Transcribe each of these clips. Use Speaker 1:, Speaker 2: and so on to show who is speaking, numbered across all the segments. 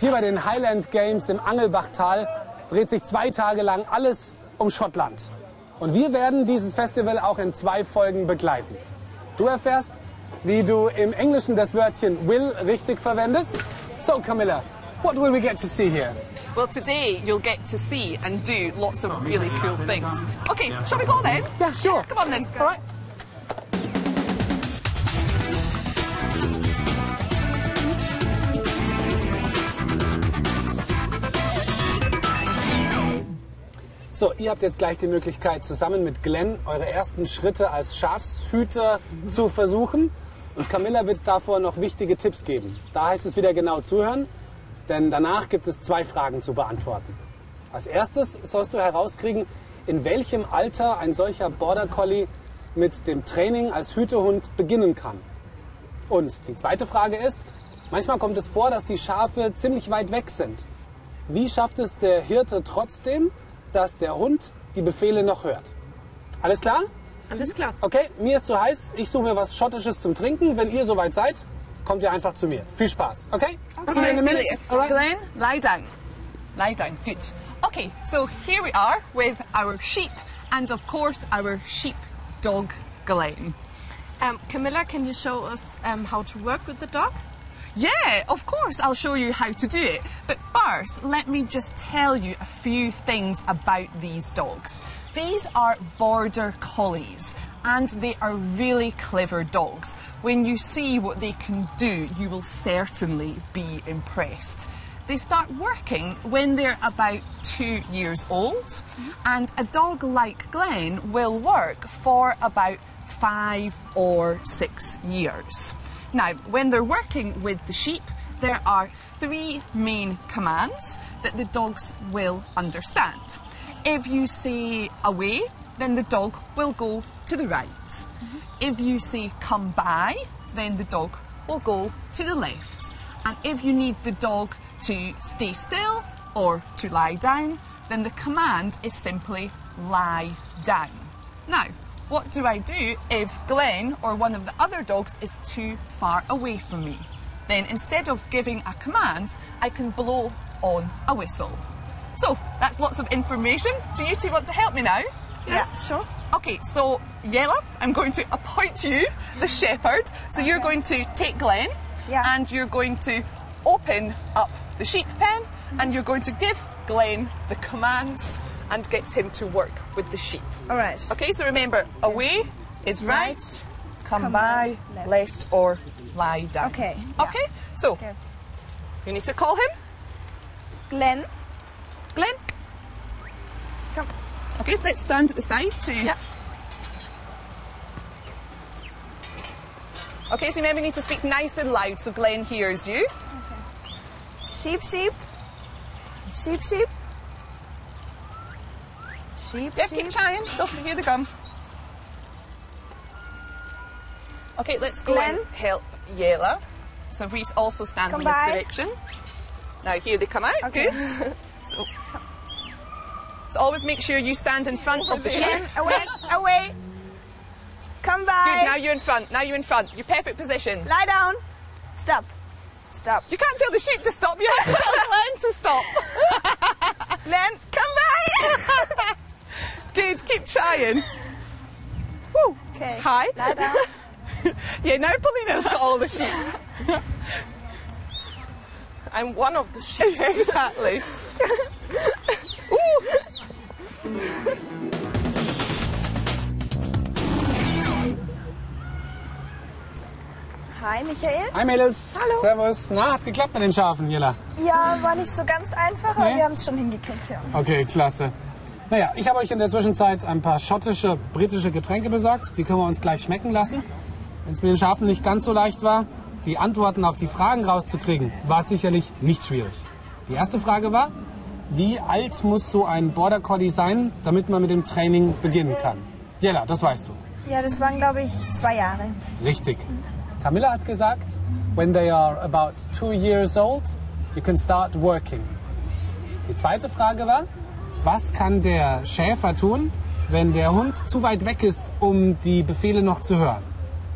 Speaker 1: Hier bei den Highland Games im Angelbachtal dreht sich zwei Tage lang alles um Schottland. Und wir werden dieses Festival auch in zwei Folgen begleiten. Du erfährst, wie du im Englischen das Wörtchen will richtig verwendest. So, Camilla, what will we get to see here?
Speaker 2: Well, today you'll get to see and do lots of really cool things. Okay, shall we go then?
Speaker 1: Yeah, sure.
Speaker 2: Come on then.
Speaker 1: All right. So, ihr habt jetzt gleich die Möglichkeit, zusammen mit Glenn eure ersten Schritte als Schafshüter zu versuchen. Und Camilla wird davor noch wichtige Tipps geben. Da heißt es wieder genau zuhören, denn danach gibt es zwei Fragen zu beantworten. Als erstes sollst du herauskriegen, in welchem Alter ein solcher Border Collie mit dem Training als Hütehund beginnen kann. Und die zweite Frage ist, manchmal kommt es vor, dass die Schafe ziemlich weit weg sind. Wie schafft es der Hirte trotzdem, dass der Hund die Befehle noch hört? Alles klar?
Speaker 3: Alles klar.
Speaker 1: Okay, mir ist zu heiß, ich suche mir was Schottisches zum Trinken. Wenn ihr soweit seid, kommt ihr einfach zu mir. Viel Spaß, okay? See you in a minute. Alright.
Speaker 2: Glenn, lie down. Lie down. Good. Okay, so here we are with our sheep and, of course, our sheep dog Glenn.
Speaker 3: Um, Camilla, can you show us um, how to work with the dog?
Speaker 2: Yeah, of course, I'll show you how to do it. But first, let me just tell you a few things about these dogs. These are border collies, and they are really clever dogs. When you see what they can do, you will certainly be impressed. They start working when they're about two years old, and a dog like Glenn will work for about five or six years. Now, when they're working with the sheep, there are three main commands that the dogs will understand. If you say away, then the dog will go to the right. If you say come by, then the dog will go to the left. And if you need the dog to stay still or to lie down, then the command is simply lie down. Now, what do I do if Glenn or one of the other dogs is too far away from me? Then instead of giving a command, I can blow on a whistle. So that's lots of information. Do you two want to help me now?
Speaker 3: Yes, sure.
Speaker 2: Okay, so Yella, I'm going to appoint you the shepherd. So you're going to take Glen,
Speaker 4: Yeah.
Speaker 2: and you're going to open up the sheep pen, and you're going to give Glen the commands and get him to work with the sheep.
Speaker 4: All right.
Speaker 2: Okay, so remember, away is right,
Speaker 4: Right,
Speaker 2: come,
Speaker 4: come
Speaker 2: by, left.
Speaker 4: left.
Speaker 2: or lie down.
Speaker 4: Okay, yeah.
Speaker 2: Okay, so
Speaker 4: Okay.
Speaker 2: you need to call him.
Speaker 4: Glenn,
Speaker 2: Glenn.
Speaker 4: Come.
Speaker 2: Okay, let's stand at the side to. Okay, so remember you need to speak nice and loud so Glenn hears you.
Speaker 4: sheep, sheep, sheep, sheep, sheep,
Speaker 2: Yeah, keep
Speaker 4: sheep.
Speaker 2: trying. They'll hear the gum. Okay, let's go
Speaker 4: Glenn?
Speaker 2: and help Yela. So we also stand
Speaker 4: Come
Speaker 2: in this
Speaker 4: by.
Speaker 2: direction. Now here they come out.
Speaker 4: Okay.
Speaker 2: Good. So, so always make sure you stand in front of the sheep.
Speaker 4: Glenn, away, away. Come
Speaker 2: Good, now
Speaker 4: by.
Speaker 2: you're in front. Now you're in front. Your perfect position.
Speaker 4: Lie down. Stop. Stop.
Speaker 2: You can't tell the sheep to stop. You have to tell Glenn to stop.
Speaker 4: Glenn, come by.
Speaker 2: Good. Keep trying.
Speaker 4: Okay.
Speaker 2: Hi.
Speaker 4: Lie down.
Speaker 2: Yeah, now Paulina's got all the sheep.
Speaker 3: I'm one of the sheep.
Speaker 2: exactly.
Speaker 4: Hi, Michael.
Speaker 1: Hi Mädels.
Speaker 4: Hallo.
Speaker 1: Servus. Na, hat's geklappt mit den Schafen, Jella?
Speaker 4: Ja, war nicht so ganz einfach, aber
Speaker 1: Nee.
Speaker 4: wir haben es schon hingekriegt, ja.
Speaker 1: Okay, klasse. Naja, ich habe euch in der Zwischenzeit ein paar schottische, britische Getränke besorgt. Die können wir uns gleich schmecken lassen. Wenn es mit den Schafen nicht ganz so leicht war, die Antworten auf die Fragen rauszukriegen, war sicherlich nicht schwierig. Die erste Frage war, wie alt muss so ein Border Collie sein, damit man mit dem Training beginnen kann? Jella, das weißt du.
Speaker 4: Ja, das waren, glaube ich, zwei Jahre.
Speaker 1: Richtig. Camilla hat gesagt, when they are about two years old, you can start working. Die zweite Frage war, was kann der Schäfer tun, wenn der Hund zu weit weg ist, um die Befehle noch zu hören?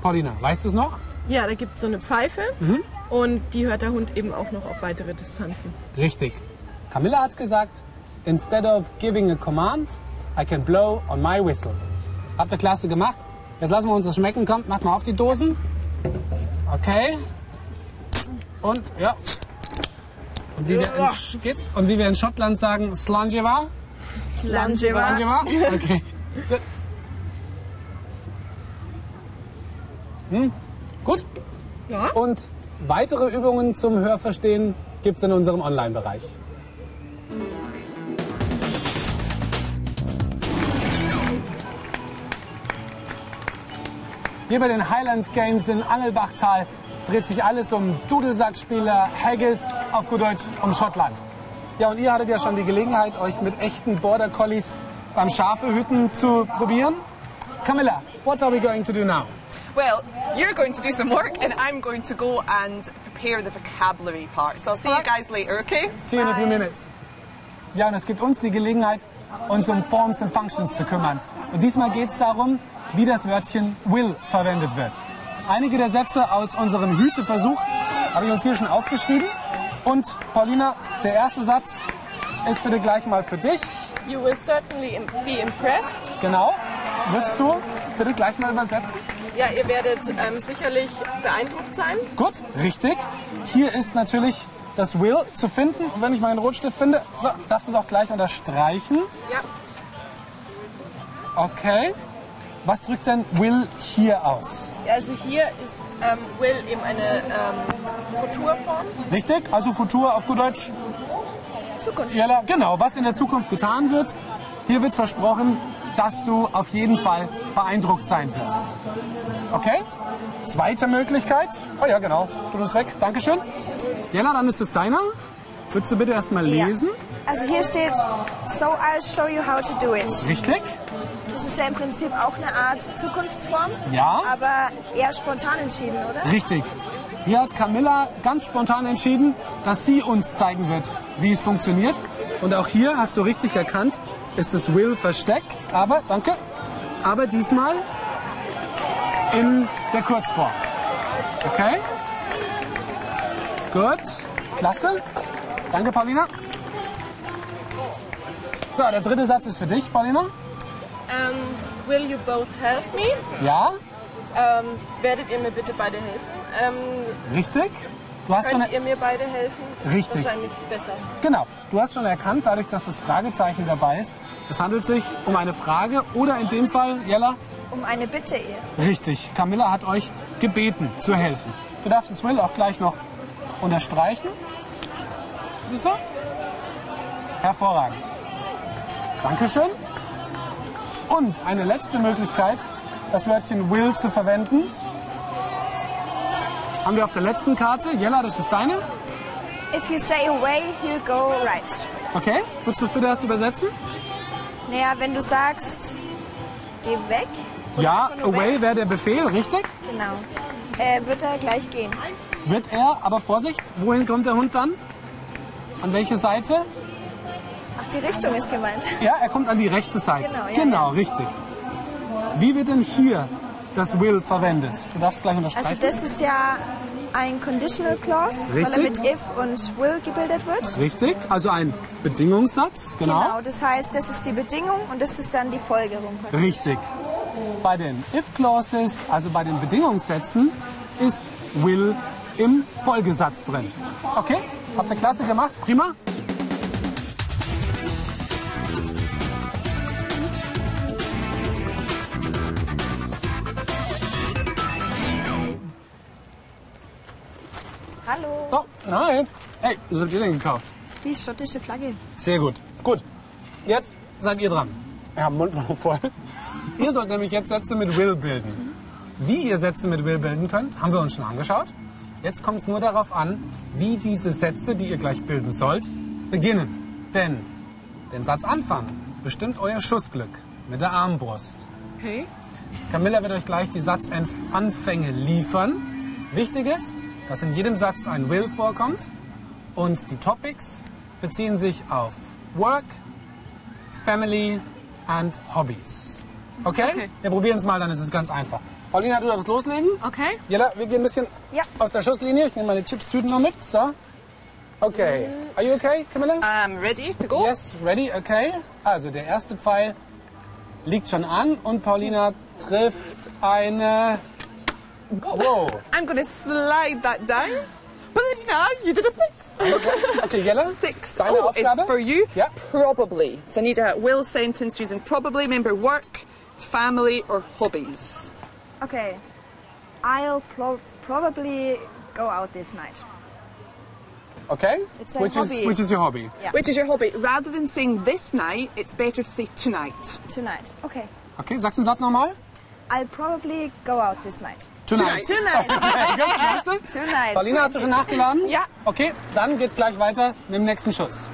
Speaker 1: Paulina, weißt du es noch?
Speaker 3: Ja, da gibt es so eine Pfeife
Speaker 1: Mhm.
Speaker 3: und die hört der Hund eben auch noch auf weitere Distanzen.
Speaker 1: Richtig. Camilla hat gesagt, instead of giving a command, I can blow on my whistle. Habt ihr klasse gemacht? Jetzt lassen wir uns das schmecken. Kommt, macht mal auf die Dosen. Okay. Und, ja. Und wie, wir in, Sch- geht's? Und wie wir in Schottland sagen, Slangeva. Slangeva. Okay. Gut. Hm. Gut.
Speaker 3: Ja.
Speaker 1: Und weitere Übungen zum Hörverstehen gibt's in unserem Online-Bereich. Hier bei den Highland Games in Angelbachtal dreht sich alles um Dudelsackspieler, Haggis, auf gut Deutsch um Schottland. Ja, und ihr hattet ja schon die Gelegenheit, euch mit echten Border Collies beim Schafehüten zu probieren. Camilla, what are we going to do now?
Speaker 2: Well, you're going to do some work, and I'm going to go and prepare the vocabulary part. So I'll see you guys later, okay?
Speaker 1: See you in a few minutes. Ja, und es gibt uns die Gelegenheit, uns um Forms and Functions zu kümmern. Und diesmal geht es darum, wie das Wörtchen will verwendet wird. Einige der Sätze aus unserem Hüteversuch habe ich uns hier schon aufgeschrieben. Und Paulina, der erste Satz ist bitte gleich mal für dich.
Speaker 3: You will certainly im- be impressed.
Speaker 1: Genau. Würdest du bitte gleich mal übersetzen?
Speaker 3: Ja, ihr werdet ähm, sicherlich beeindruckt sein.
Speaker 1: Gut, richtig. Hier ist natürlich das will zu finden. Und wenn ich meinen Rotstift finde, so, darfst du es auch gleich unterstreichen.
Speaker 3: Ja.
Speaker 1: Okay. Was drückt denn Will hier aus?
Speaker 3: Also hier ist ähm, will eben eine ähm, Futurform.
Speaker 1: Richtig? Also Futur auf gut Deutsch? Zukunft. Ja, genau, was in der Zukunft getan wird. Hier wird versprochen, dass du auf jeden Fall beeindruckt sein wirst. Okay? Zweite Möglichkeit. Oh ja, genau. Du bist weg. Dankeschön. Jella, dann ist es deiner. Würdest du bitte erstmal
Speaker 4: Ja.
Speaker 1: lesen?
Speaker 4: Also hier steht, so I'll show you how to do it.
Speaker 1: Richtig?
Speaker 4: Das ist ja im Prinzip auch eine Art Zukunftsform.
Speaker 1: Ja.
Speaker 4: Aber eher spontan entschieden, oder?
Speaker 1: Richtig. Hier hat Camilla ganz spontan entschieden, dass sie uns zeigen wird, wie es funktioniert. Und auch hier hast du richtig erkannt, ist das Will versteckt. Aber, danke, aber diesmal in der Kurzform. Okay? Gut. Klasse. Danke, Paulina. So, der dritte Satz ist für dich, Paulina.
Speaker 3: Ähm, will you both help me?
Speaker 1: Ja,
Speaker 3: Ähm, werdet ihr mir bitte beide helfen? Ähm,
Speaker 1: richtig. Du hast schon
Speaker 3: könnt ihr mir beide helfen? Ist
Speaker 1: Richtig.
Speaker 3: wahrscheinlich besser.
Speaker 1: Genau, du hast schon erkannt, dadurch, dass das Fragezeichen dabei ist, es handelt sich um eine Frage oder in dem Fall, Jella,
Speaker 4: Um eine Bitte eher.
Speaker 1: richtig, Camilla hat euch gebeten zu helfen. Du darfst das Will auch gleich noch unterstreichen. Siehst du? Hervorragend. Dankeschön. Und eine letzte Möglichkeit, das Wörtchen Will zu verwenden, haben wir auf der letzten Karte. Jella, das ist deine.
Speaker 4: If you say away, he'll go right.
Speaker 1: Okay, würdest du es bitte erst übersetzen?
Speaker 4: Naja, wenn du sagst, geh weg,
Speaker 1: Ja,
Speaker 4: Von away.
Speaker 1: away wäre der Befehl, richtig?
Speaker 4: genau, äh, wird er gleich gehen.
Speaker 1: Wird er, aber Vorsicht, wohin kommt der Hund dann? An welche Seite?
Speaker 4: Ach, die Richtung ist gemeint.
Speaker 1: Ja, er kommt an die rechte Seite.
Speaker 4: Genau, ja,
Speaker 1: richtig. Wie wird denn hier das will verwendet? Du darfst gleich unterstreichen.
Speaker 4: Also das ist ja ein Conditional Clause, weil er
Speaker 1: Richtig.
Speaker 4: mit if und will gebildet wird.
Speaker 1: richtig, also ein Bedingungssatz, genau.
Speaker 4: das heißt, das ist die Bedingung und das ist dann die Folgerung.
Speaker 1: Richtig. Bei den If-Clauses, also bei den Bedingungssätzen, ist will im Folgesatz drin. Okay, habt ihr klasse gemacht, prima.
Speaker 4: Hallo,
Speaker 1: Oh, nein. Hey, was habt ihr denn gekauft?
Speaker 4: die schottische Flagge.
Speaker 1: Sehr gut. Gut. Jetzt seid ihr dran. Wir haben Mund noch voll. Ihr sollt nämlich jetzt Sätze mit Will bilden. Wie ihr Sätze mit Will bilden könnt, haben wir uns schon angeschaut. Jetzt kommt es nur darauf an, wie diese Sätze, die ihr gleich bilden sollt, beginnen. Denn den Satzanfang bestimmt euer Schussglück mit der Armbrust.
Speaker 3: Okay.
Speaker 1: Camilla wird euch gleich die Satzanfänge liefern. Wichtig ist, dass in jedem Satz ein Will vorkommt und die Topics beziehen sich auf Work, Family and Hobbies. Okay? Wir probieren es mal, dann ist es ganz einfach. Paulina, du darfst loslegen.
Speaker 3: Okay.
Speaker 1: Jella, wir gehen ein bisschen
Speaker 4: Ja.
Speaker 1: aus der Schusslinie. Ich nehme meine Chips-Tüten noch mit. So. Okay.
Speaker 3: Mhm.
Speaker 1: Are you okay, Camilla?
Speaker 2: I'm ready to go.
Speaker 1: Yes, ready, okay. Also der erste Pfeil liegt schon an und Paulina trifft eine. Wow.
Speaker 2: I'm going to slide that down. Paulina, you did a six.
Speaker 1: Okay, Jella.
Speaker 2: Six.
Speaker 1: Deine
Speaker 2: oh,
Speaker 1: Aufgabe?
Speaker 2: it's for you.
Speaker 1: Ja.
Speaker 2: Probably. So I need a will sentence using probably. Remember work, family, or hobbies.
Speaker 5: Okay. I'll pro- probably go out this night.
Speaker 1: Okay.
Speaker 5: It's a
Speaker 1: which is
Speaker 5: hobby.
Speaker 1: which is your hobby?
Speaker 2: Which is your hobby? Rather than saying this night, it's better to say tonight.
Speaker 5: Tonight. Okay.
Speaker 1: Okay, sagst du den Satz nochmal?
Speaker 5: I'll probably go out this night.
Speaker 1: Tonight.
Speaker 5: Tonight. Tonight.
Speaker 1: Paulina, hast du schon nachgeladen?
Speaker 3: Ja.
Speaker 1: Okay, dann geht's gleich weiter mit dem nächsten Schuss.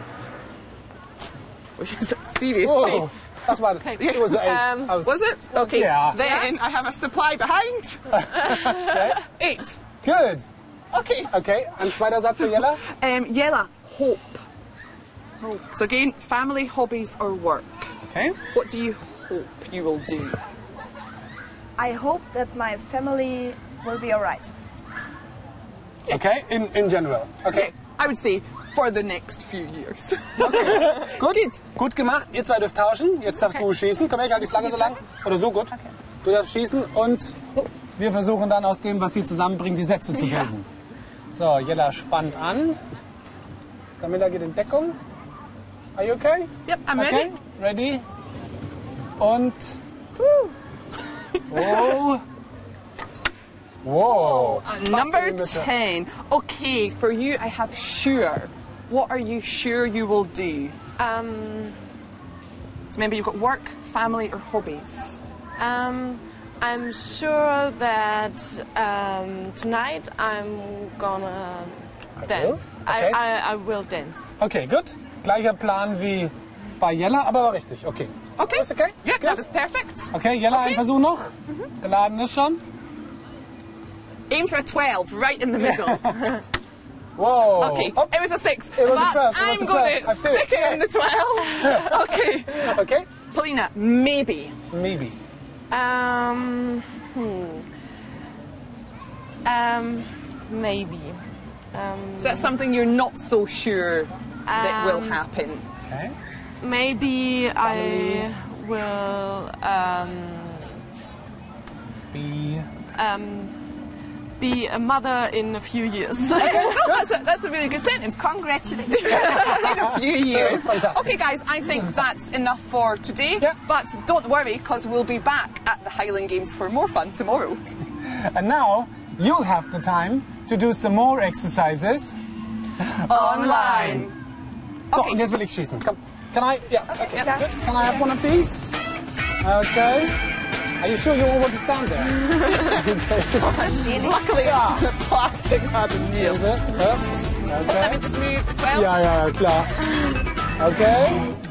Speaker 2: Which is seriously.
Speaker 1: Oh, das war it was eight. I was-
Speaker 2: Um, Was it? Okay.
Speaker 1: Yeah.
Speaker 2: Then I have a supply behind. Eight.
Speaker 1: Good.
Speaker 2: Okay.
Speaker 1: Okay, ein zweiter Satz für Jella.
Speaker 2: Um, Yella, hope. So again, family, hobbies, or work.
Speaker 1: Okay.
Speaker 2: What do you hope you will do?
Speaker 5: I hope that my family will be alright.
Speaker 1: Okay, in, in general. Okay.
Speaker 2: I would say for the next few years.
Speaker 1: Gut. Gut gemacht. Ihr zwei dürft tauschen. Jetzt darfst du schießen. Komm her, ich halte die Flagge so lang. Oder so gut. Du darfst schießen und wir versuchen dann aus dem, was sie zusammenbringen, die Sätze zu bilden. So, Jella spannt an. Camilla geht in Deckung. Are you okay?
Speaker 2: yep, I'm
Speaker 1: Okay, ready.
Speaker 2: ready.
Speaker 1: Und. Oh. Wow.
Speaker 2: Oh, uh, Number
Speaker 1: Fasten bitte.
Speaker 2: 10. Okay, for you, I have sure. What are you sure you will do?
Speaker 3: Um,
Speaker 2: So remember, you've got work, family, or hobbies.
Speaker 3: um, I'm sure that um, tonight I'm gonna dance.
Speaker 1: Okay.
Speaker 3: I, I, I will dance.
Speaker 1: Okay, gut. Gleicher Plan wie bei Jella, aber war richtig. Okay.
Speaker 2: Okay.
Speaker 1: Ist okay?
Speaker 2: Yep,
Speaker 1: Good.
Speaker 2: that is perfect.
Speaker 1: Okay, Jella,
Speaker 2: Okay. Mhm.
Speaker 1: ein Versuch noch. Geladen ist schon.
Speaker 2: Aim for a 12, right in the middle.
Speaker 1: Wow.
Speaker 2: Okay,
Speaker 1: Ups.
Speaker 2: it was a six.
Speaker 1: Oh, It was a
Speaker 2: but
Speaker 1: 12, it was a
Speaker 2: I'm going
Speaker 1: 12, I
Speaker 2: to
Speaker 1: see it.
Speaker 2: stick it in the 12. okay.
Speaker 1: Okay,
Speaker 2: Paulina, maybe.
Speaker 1: maybe.
Speaker 3: Um, hmm. Um, maybe. Um,
Speaker 2: So that's something you're not so sure that will happen.
Speaker 1: Okay.
Speaker 3: maybe I will um,
Speaker 1: B.
Speaker 3: um, be a mother in a few years.
Speaker 2: No, that's, a, that's a really good sentence. Congratulations. in a few years.
Speaker 1: Fantastic.
Speaker 2: Okay, guys, I think that's enough for today.
Speaker 1: Yeah.
Speaker 2: But don't worry, because we'll be back at the Highland Games for more fun tomorrow.
Speaker 1: And now you'll have the time to do some more exercises.
Speaker 2: Online.
Speaker 1: So,
Speaker 2: Okay.
Speaker 1: und jetzt will ich schießen. Komm. Can I? Yeah. Okay.
Speaker 2: ja.
Speaker 1: Good. Can I have one of these? Okay. Are you sure you all want to stand there?
Speaker 2: Luckily, it's the plastic bag in here.
Speaker 1: Is it? Ups.
Speaker 2: Let me
Speaker 1: Okay.
Speaker 2: just move the 12.
Speaker 1: Ja, ja, ja, klar. Okay.